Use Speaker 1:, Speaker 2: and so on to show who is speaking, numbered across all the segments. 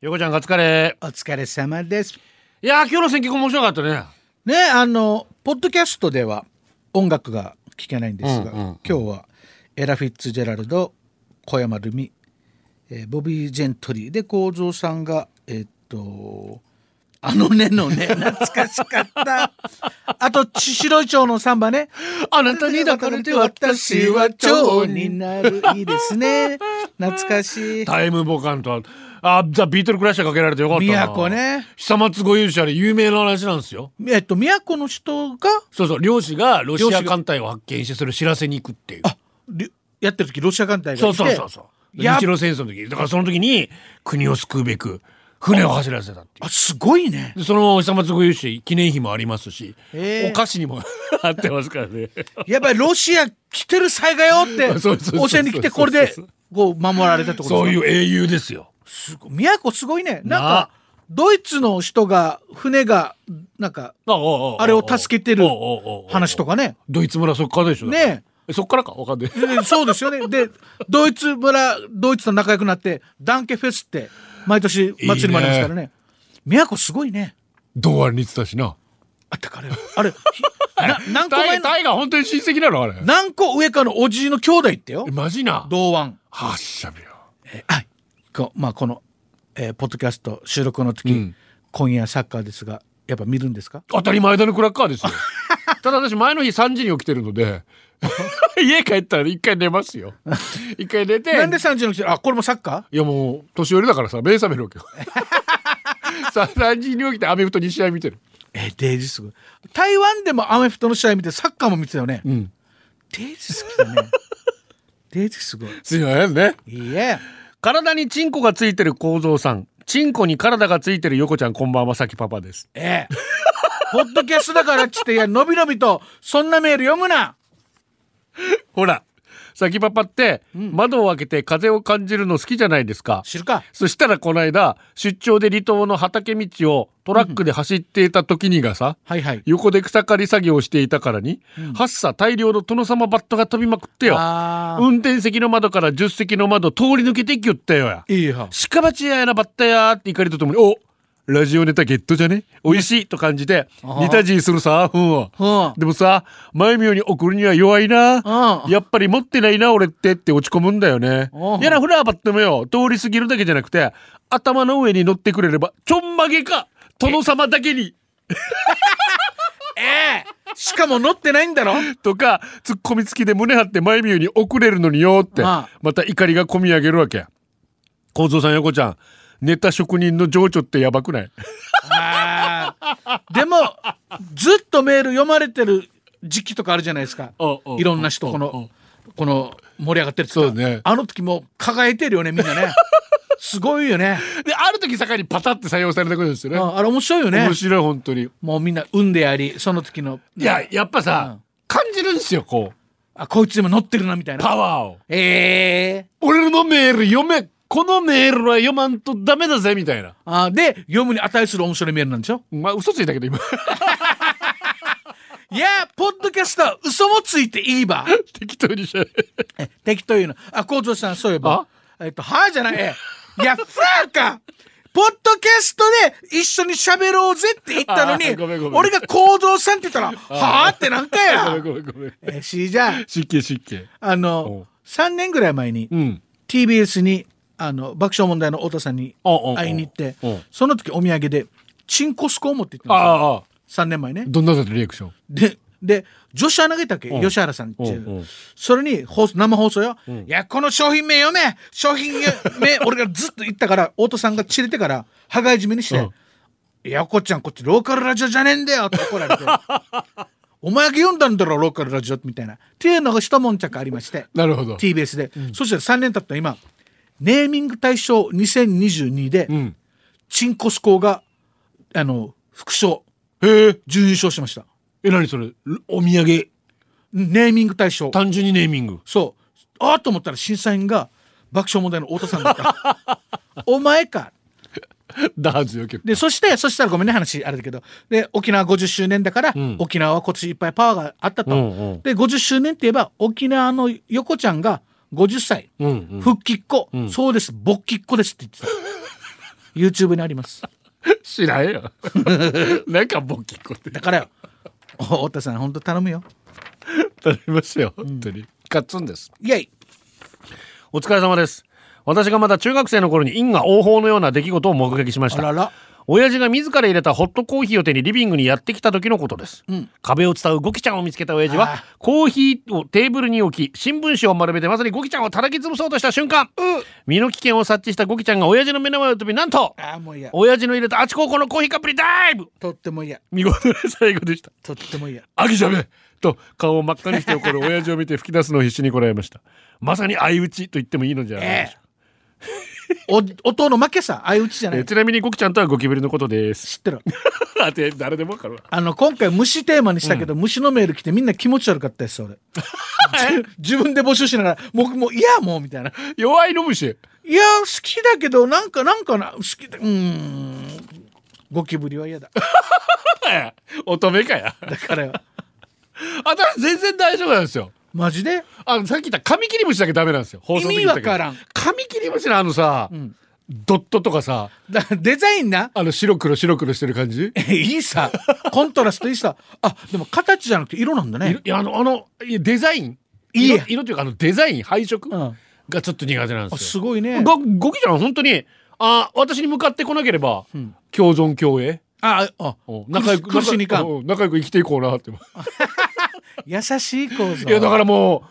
Speaker 1: 横ちゃんが疲れ
Speaker 2: お疲れ様です。
Speaker 1: いやー今日の選曲面白かったね
Speaker 2: ね、あの、ポッドキャストでは音楽が聴けないんですが、
Speaker 1: うんうんうん
Speaker 2: 今日はエラ・フィッツジェラルド、小山ルミ、えーボビー・ジェントリーで、幸三さんが、えーっと、あのねのね、懐かし かった。あと、千代町のサンバね。
Speaker 1: あなたに抱かれて私は
Speaker 2: 蝶
Speaker 1: 蝶
Speaker 2: に
Speaker 1: に
Speaker 2: なる。いいですね。懐かしい。
Speaker 1: タイムボカンとあザ・ビートルクラッシャーかけられてよかったな
Speaker 2: 都ね。
Speaker 1: 久松ご勇者で有名な話なんですよ
Speaker 2: えっと、都の人が、
Speaker 1: そうそう漁師がロシ
Speaker 2: 漁
Speaker 1: ア
Speaker 2: 師が
Speaker 1: 艦隊を発見してそれを知らせに行くっていう
Speaker 2: りやってる時ロシア艦隊がいて
Speaker 1: そうそうそうそう日
Speaker 2: やっ
Speaker 1: 露戦争の時だからその時に国を救うべく船を走らせたっていう
Speaker 2: あすごいね
Speaker 1: でその久松ご勇者記念碑もありますし、
Speaker 2: へー
Speaker 1: お菓子にも あってますからね
Speaker 2: やばいロシア来てる災害よっ
Speaker 1: そう
Speaker 2: て
Speaker 1: そうそうそう
Speaker 2: 教えに来てこれでこう守られたってこと
Speaker 1: そう
Speaker 2: です
Speaker 1: い
Speaker 2: か
Speaker 1: う英雄ですよ
Speaker 2: すごい都すごいねなん
Speaker 1: なあ
Speaker 2: かドイツの人が船がなんかあ
Speaker 1: あ
Speaker 2: れを助けてる話と
Speaker 1: か
Speaker 2: かね
Speaker 1: ドイツ村そっからでしょだから
Speaker 2: ね
Speaker 1: えそっからかわかんない
Speaker 2: でそうですよねでドイツ村ドイツと仲良くなってダンケフェスって毎年祭りもありますからね都すごいね
Speaker 1: 童話に似てたしな
Speaker 2: あったかあれあ れひな何
Speaker 1: タ
Speaker 2: 個前
Speaker 1: イ
Speaker 2: の
Speaker 1: タイが本当に親戚なのあれ
Speaker 2: 何個上かのおじいの兄弟ってよ
Speaker 1: マジな
Speaker 2: 同腕
Speaker 1: はっしゃべよ
Speaker 2: はいこ,、まあ、この、えーポッドキャスト収録の時、
Speaker 1: うん
Speaker 2: 今夜サッカーですがやっぱ見るんですか
Speaker 1: 当たり前だのクラッカーですよ ただ私前の日3時に起きてるので 家帰ったら一回寝ます よ一回寝て
Speaker 2: なんで3時の来てあこれもサッカ
Speaker 1: いやもう年寄りだからさ目覚めるわけ よさ3時に起きてアメフト2試合見てる
Speaker 2: ーえー、デイジすごい台湾でもアメフトの試合見てサッカーも見てたよね、
Speaker 1: ん
Speaker 2: デイジ好きだね デイジすごい
Speaker 1: すいませんね
Speaker 2: いいえ
Speaker 1: 体にチンコがついてる構造さんチンコに体がついてる横ちゃんこんばんはさきパパです
Speaker 2: ええポッドキャストだからっつっていやのびのびとそんなメール読むな
Speaker 1: ほらさきパパって、窓を開けて風を感じるの好きじゃないですか
Speaker 2: 知るか
Speaker 1: そしたらこの間出張で離島の畑道をトラックで走っていた時にがさ、
Speaker 2: はいはい
Speaker 1: 横で草刈り作業をしていたからに、はっさ大量の殿様バットが飛びまくってよ
Speaker 2: あー
Speaker 1: 運転席の窓から助手席の窓通り抜けていきよったよや。
Speaker 2: いいよ
Speaker 1: しかばちやなバッタやーって怒りとともに、おラジオネタゲットじゃね美味しいと感じて、
Speaker 2: あは
Speaker 1: 似たじいするさ、ふんを。
Speaker 2: うん
Speaker 1: でもさ、前妙に送るには弱いな
Speaker 2: う。ん
Speaker 1: やっぱり持ってないな、俺ってって落ち込むんだよね
Speaker 2: う。ん
Speaker 1: やな、フラーバットもよ、通り過ぎるだけじゃなくて、頭の上に乗ってくれれば、ちょんまげか、殿様だけに。
Speaker 2: ええしかも乗ってないんだろ
Speaker 1: とか、ツッコミ付きで胸張って前見よに遅れるのによって、
Speaker 2: ああ
Speaker 1: また怒りが込み上げるわけ。幸三さん、横ちゃん、寝た職人の情緒ってやばくない
Speaker 2: あー でもずっとメール読まれてる時期とかあるじゃないですか
Speaker 1: おうおう
Speaker 2: いろんな人
Speaker 1: お
Speaker 2: こ
Speaker 1: うおう
Speaker 2: のこの盛り上がってる時か
Speaker 1: そうね
Speaker 2: あの時もう輝いてるよねみんなね すごいよね
Speaker 1: で、ある時境にパタって採用されたことですよね。
Speaker 2: ああれ面白いよね
Speaker 1: 面白い、本当に。
Speaker 2: もうみんな運でありその時の
Speaker 1: いや、やっぱさ、
Speaker 2: うん
Speaker 1: 感じるんですよ、こう。
Speaker 2: あこいつでも乗ってるなみたいな
Speaker 1: パワーを。
Speaker 2: ええ
Speaker 1: 俺のメール読め、このメールは読まんとダメだぜ、みたいな。
Speaker 2: あで読むに値する面白いメールなんでしょ
Speaker 1: まあ、嘘ついたけど、今。
Speaker 2: いやポッドキャスター嘘もついていいば
Speaker 1: 適当にしちゃう。
Speaker 2: え敵というのあ幸三さんそういえばえっとはあじゃないえいやフラーかポッドキャストで一緒に喋ろうぜって言ったの
Speaker 1: あ
Speaker 2: に
Speaker 1: ーごめんごめん
Speaker 2: 俺が幸三さんって言ったら「はあ?」ってなんか
Speaker 1: ごめん
Speaker 2: や
Speaker 1: ごめんごめん。
Speaker 2: えしじゃ
Speaker 1: 失敬失敬。
Speaker 2: ああ
Speaker 1: おう
Speaker 2: の3年ぐらい前に
Speaker 1: うん。
Speaker 2: TBS にあの爆笑問題の太田さんに
Speaker 1: おうおうおう
Speaker 2: 会いに行って
Speaker 1: おう
Speaker 2: その時お土産でチンコスコを持って行って
Speaker 1: あ
Speaker 2: ま
Speaker 1: あああ、
Speaker 2: す3年前ね
Speaker 1: どんなだったリアクション
Speaker 2: でで女子アナがいたっけ
Speaker 1: ん
Speaker 2: 吉原さんってい
Speaker 1: うんう
Speaker 2: うんそれに放送生放送よ、いやこの商品名読め商品名俺がずっと言ったから 太田さんが散れてから羽交い締めにして「いやこっちゃんこっちローカルラジオじゃねえんだよ」って怒 られて「お前が読んだんだろローカルラジオ」みたいなっていうのが一悶着ありまして
Speaker 1: なるほど。
Speaker 2: TBS で、そしたら3年経った今ネーミング大賞2022で、
Speaker 1: うん。
Speaker 2: チンコスコがあの副賞
Speaker 1: へえ。
Speaker 2: 準優勝しました
Speaker 1: え、何それお土産。
Speaker 2: ネーミング大賞
Speaker 1: 単純にネーミング。
Speaker 2: そうああと思ったら審査員が爆笑問題の太田さんだった お前か
Speaker 1: だはずよ、結構。
Speaker 2: でそしてそしたらごめんね話あれだけどで沖縄50周年だから、
Speaker 1: ん
Speaker 2: 沖縄は今年いっぱいパワーがあったと、
Speaker 1: うんうん
Speaker 2: で50周年って言えば沖縄の横ちゃんが50歳、
Speaker 1: うんうん
Speaker 2: 復帰っ子、
Speaker 1: ん
Speaker 2: そうです勃起っ子ですって言ってた YouTube にあります
Speaker 1: 知らんよ なんかボキコって
Speaker 2: だからよお太田さん本当頼むよ
Speaker 1: 頼みますよ本当に、ガッツンです
Speaker 2: イエイ
Speaker 1: お疲れ様です私がまだ中学生の頃に因果応報のような出来事を目撃しまし
Speaker 2: あ
Speaker 1: た
Speaker 2: らら
Speaker 1: 親父が自ら入れたホットコーヒーを手にリビングにやってきた時のことです、壁を伝うゴキちゃんを見つけた親父
Speaker 2: あ
Speaker 1: は
Speaker 2: あ
Speaker 1: コーヒーをテーブルに置き新聞紙を丸めてまさにゴキちゃんを叩き潰そうとした瞬間身の危険を察知したゴキちゃんが親父の目の前を飛びなんと
Speaker 2: あーもういや
Speaker 1: 親父の入れたあちこちのコーヒーカップにダイブ
Speaker 2: とってもいや
Speaker 1: 見事な最後でした
Speaker 2: とってもいや
Speaker 1: あきちゃめと顔を真っ赤にして怒る親父を見て吹き出すのを必死にこらえましたまさに相打ちと言ってもいいのじゃないでしょうか
Speaker 2: お音の負けさ相打ちじゃな
Speaker 1: え
Speaker 2: い
Speaker 1: ーちなみにゴキちゃんとはゴキブリのことです。
Speaker 2: 知ってる
Speaker 1: だって誰でもわかるわ。
Speaker 2: あの今回虫テーマにしたけど、虫のメール来てみんな気持ち悪かったで す俺 自分で募集しながら僕もういやもうみたいな
Speaker 1: 弱いの虫。
Speaker 2: いや好きだけどなんかなんかな好きだうーんゴキブリは嫌だ
Speaker 1: 乙女かや。
Speaker 2: だからよ
Speaker 1: あた全然大丈夫なんですよ。
Speaker 2: マジで
Speaker 1: あのさっき言ったカミキリムシだけダメなんですよ。放送の時に言ったけど
Speaker 2: 意味わからん
Speaker 1: カミキリムシのあのさ、ドットとかさ、
Speaker 2: だデザインな
Speaker 1: あの白黒白黒してる感じ。
Speaker 2: いいさコントラストいいさあでも形じゃなくて色なんだ
Speaker 1: い
Speaker 2: ね
Speaker 1: やあのあのいやデザイン。
Speaker 2: いい
Speaker 1: 色色というかあのデザイン配色
Speaker 2: うん
Speaker 1: がちょっと苦手なん
Speaker 2: あ
Speaker 1: です
Speaker 2: す
Speaker 1: よ。
Speaker 2: ごいね
Speaker 1: ごゴキちゃんは本当にあ私に向かってこなければ、共存共栄。
Speaker 2: ああ
Speaker 1: うん仲良く
Speaker 2: 苦し苦しにいかん
Speaker 1: 仲うん仲良く生きていこうなって思う
Speaker 2: 優しい構造
Speaker 1: いやだからもう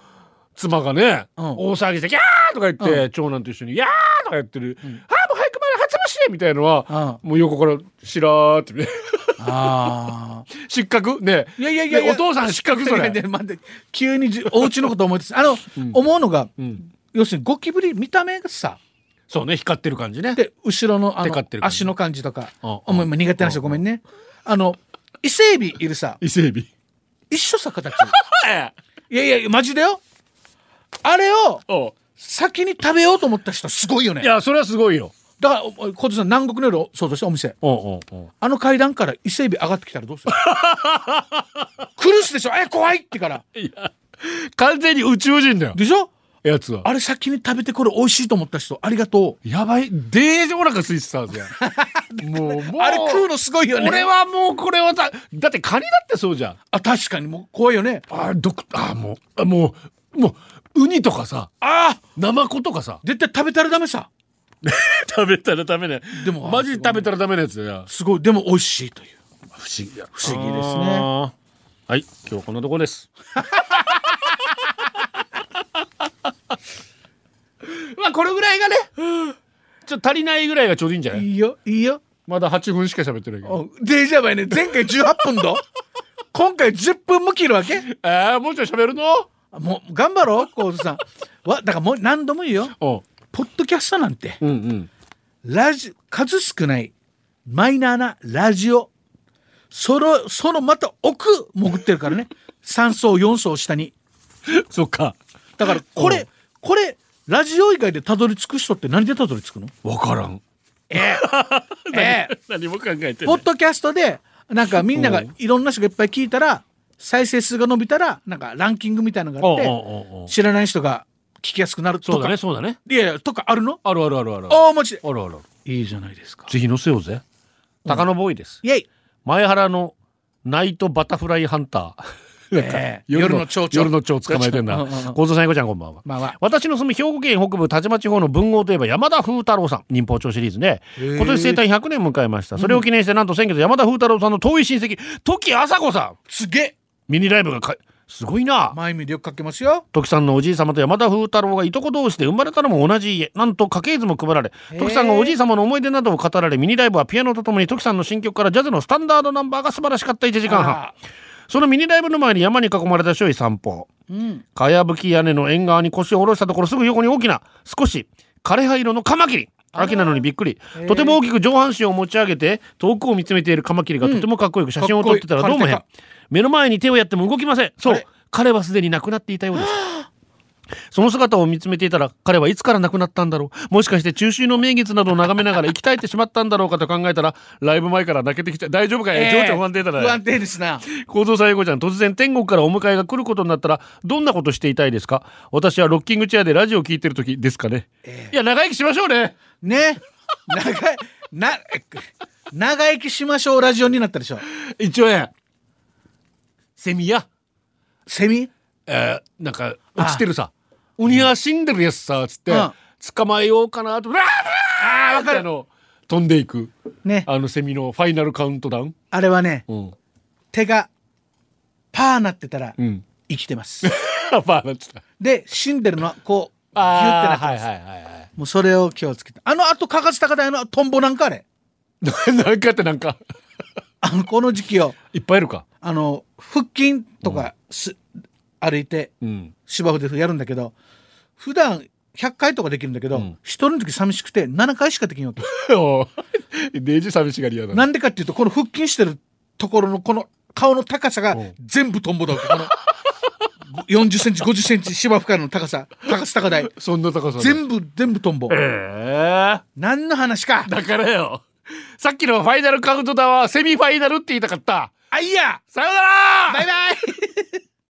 Speaker 1: 妻がね、
Speaker 2: うん
Speaker 1: 大騒ぎして「キャー!」とか言って、長男と一緒に「やー!」とかやってる「ああもう早くまで初ましみたいのは、もう横から「しらー」ってね
Speaker 2: あー
Speaker 1: 失格ね
Speaker 2: いやいやいやいや
Speaker 1: お父さん失格そ
Speaker 2: いや
Speaker 1: れ
Speaker 2: いや待って急にじお家のこと思い出すあの、思うのが、
Speaker 1: ん
Speaker 2: 要するにゴキブリ見た目がさ
Speaker 1: そうね光ってる感じね
Speaker 2: で後ろのあ
Speaker 1: テカ
Speaker 2: の
Speaker 1: ってる感じ
Speaker 2: 足の感じとか
Speaker 1: うんうん
Speaker 2: お前今苦手な人ごめんねあの伊勢海老いるさ
Speaker 1: 伊勢海
Speaker 2: 一緒さ形
Speaker 1: 老
Speaker 2: いやいやマジだよあれを
Speaker 1: おう
Speaker 2: 先に食べようと思った人すごいよね
Speaker 1: いやそれはすごいよ
Speaker 2: だからおお小津さん南国の夜を想像してお店
Speaker 1: おうおうおう
Speaker 2: あの階段から伊勢海老上がってきたらどう する苦しでしょえ怖いってから
Speaker 1: いや完全に宇宙人だよ
Speaker 2: でしょ
Speaker 1: やつは
Speaker 2: あれ先に食べてこれ美味しいと思った人ありがとう
Speaker 1: やばいデージお腹空いてたは ずやもうもう
Speaker 2: あれ食うのすごいよね
Speaker 1: 俺はもうこれをただってカニだってそうじゃん
Speaker 2: あ確かにもう怖いよね
Speaker 1: あどくあもうあもうもうウニとかさ
Speaker 2: ああ
Speaker 1: ナマコとかさ
Speaker 2: 絶対食べたらダメさ
Speaker 1: 食べたらダメね
Speaker 2: でも
Speaker 1: マジで食べたらダメなやつだよ
Speaker 2: すごいでも美味しいという
Speaker 1: 不思議不
Speaker 2: 思議ですね
Speaker 1: はい今日こんなとこです まあこれぐらいがねちょっと足りないぐらいがちょうどいいんじゃない
Speaker 2: いいよいいよ
Speaker 1: まだ8分しか喋ってないけど
Speaker 2: おデジャバイね前回18分 だ今回10分も切るわけ
Speaker 1: えー、もうちょい喋るの
Speaker 2: もう頑張ろう浩津さんわだからもう何度も言うよ
Speaker 1: お
Speaker 2: ポッドキャストなんて
Speaker 1: うんうん
Speaker 2: ラジ数少ないマイナーなラジオそのそのまた奥潜ってるからね3層4層下に
Speaker 1: そっか
Speaker 2: だからこれこれラジオ以外でたどり着く人って何でたどり着くの
Speaker 1: わからん
Speaker 2: ええ
Speaker 1: 何も考えて
Speaker 2: ポッドキャストでなんかみんながいろんな人がいっぱい聞いたら再生数が伸びたらなんかランキングみたいなのがあ
Speaker 1: おうおう
Speaker 2: っ
Speaker 1: おうおう
Speaker 2: て知らない人が聞きやすくなると
Speaker 1: そうだ
Speaker 2: か
Speaker 1: ねそうだね
Speaker 2: いやいやとかあるの
Speaker 1: あるあるあるある
Speaker 2: ああマジで
Speaker 1: あるある
Speaker 2: いいじゃないですか
Speaker 1: ぜひ載せようぜ。高野ボーイです。
Speaker 2: イエイ
Speaker 1: 前原のナイトバタフライハンター。
Speaker 2: ええ夜の蝶々
Speaker 1: 夜の蝶を捕まえてん
Speaker 2: う
Speaker 1: な。
Speaker 2: んうんうん
Speaker 1: 小僧さん、英子ちゃん、こんばんは。
Speaker 2: まあまあ
Speaker 1: 私の住む兵庫県北部田島地方の文豪といえば山田風太郎さん忍法帳シリーズね
Speaker 2: へえ
Speaker 1: 今年生誕100年迎えましたそれを記念してなんと先月山田風太郎さんの遠い親戚時朝子さん
Speaker 2: すげえ
Speaker 1: ミニライブがかすごいな
Speaker 2: 前見でよくかけますよ
Speaker 1: 徳さんのおじい様と山田風太郎がいとこ同士で生まれたのも同じ家なんと家系図も配られ
Speaker 2: へー
Speaker 1: 徳さんがおじい様の思い出などを語られミニライブはピアノとともに徳さんの新曲からジャズのスタンダードナンバーが素晴らしかった1時間半
Speaker 2: あ
Speaker 1: そのミニライブの前に山に囲まれた周囲散歩
Speaker 2: らうん
Speaker 1: かやぶき屋根の縁側に腰を下ろしたところすぐ横に大きな少し枯葉色のカマキリ秋なのにびっくり
Speaker 2: へー
Speaker 1: とても大きく上半身を持ち上げて遠くを見つめているカマキリがとてもかっこよく写真を撮ってたら
Speaker 2: かっ
Speaker 1: どう
Speaker 2: こいい
Speaker 1: も変
Speaker 2: 枯
Speaker 1: 目の前に手をやっても動きませんそ
Speaker 2: あ
Speaker 1: う
Speaker 2: れ
Speaker 1: 彼はすでに亡くなっていたようですその姿を見つめていたら彼はいつから亡くなったんだろうもしかして中秋の名月などを眺めながら生き絶えてしまったんだろうかと考えたらライブ前から泣けてきて大丈夫かい、情緒不安定だな
Speaker 2: 不安定ですな
Speaker 1: 構造さん英子ちゃん突然天国からお迎えが来ることになったらどんなことしていたいですか私はロッキングチェアでラジオを聞いてる時ですかね、いや長生きしましょうね
Speaker 2: ね長いな、長生きしましょうラジオになったでしょ。
Speaker 1: 一応ねセミや、
Speaker 2: セミ
Speaker 1: えーなんか落ちてるさウニは死んでるやつさつって、
Speaker 2: うん
Speaker 1: 捕まえようかなとうわーうわーってあの飛んでいく
Speaker 2: ね、
Speaker 1: あのセミのファイナルカウントダウン、
Speaker 2: あれはね、
Speaker 1: うん
Speaker 2: 手がパーなってたら
Speaker 1: うん、
Speaker 2: 生きてます。
Speaker 1: まあなってた
Speaker 2: で、死んでるのはこう、ギュってな
Speaker 1: あ
Speaker 2: って
Speaker 1: あは
Speaker 2: ま
Speaker 1: い
Speaker 2: す。
Speaker 1: はいはいはい
Speaker 2: もうそれを気をつけて。あの、あと、かかつたかだのトンボなんかあれ。
Speaker 1: な なんかってなんか
Speaker 2: あの、この時期を、
Speaker 1: いっぱいいるか。
Speaker 2: あの、腹筋とかす、歩いて、
Speaker 1: うん。
Speaker 2: 芝生でやるんだけど、普段100回とかできるんだけど、
Speaker 1: うん
Speaker 2: 一人の時寂しくて7回しかできんよと。
Speaker 1: デイジ寂しがり屋だな。
Speaker 2: なんでかっていうと、この腹筋してるところのこの顔の高さが
Speaker 1: うん
Speaker 2: 全部トンボだわけ。この40センチ、50センチ芝生からの高さ、高さ高台。
Speaker 1: そんな高さだ。
Speaker 2: 全部、全部トンボ
Speaker 1: え。ー
Speaker 2: 何の話か。
Speaker 1: だからよ。さっきのファイナルカウントダウンはセミファイナルって言いたかった。
Speaker 2: あいや
Speaker 1: さようなら
Speaker 2: バイバイ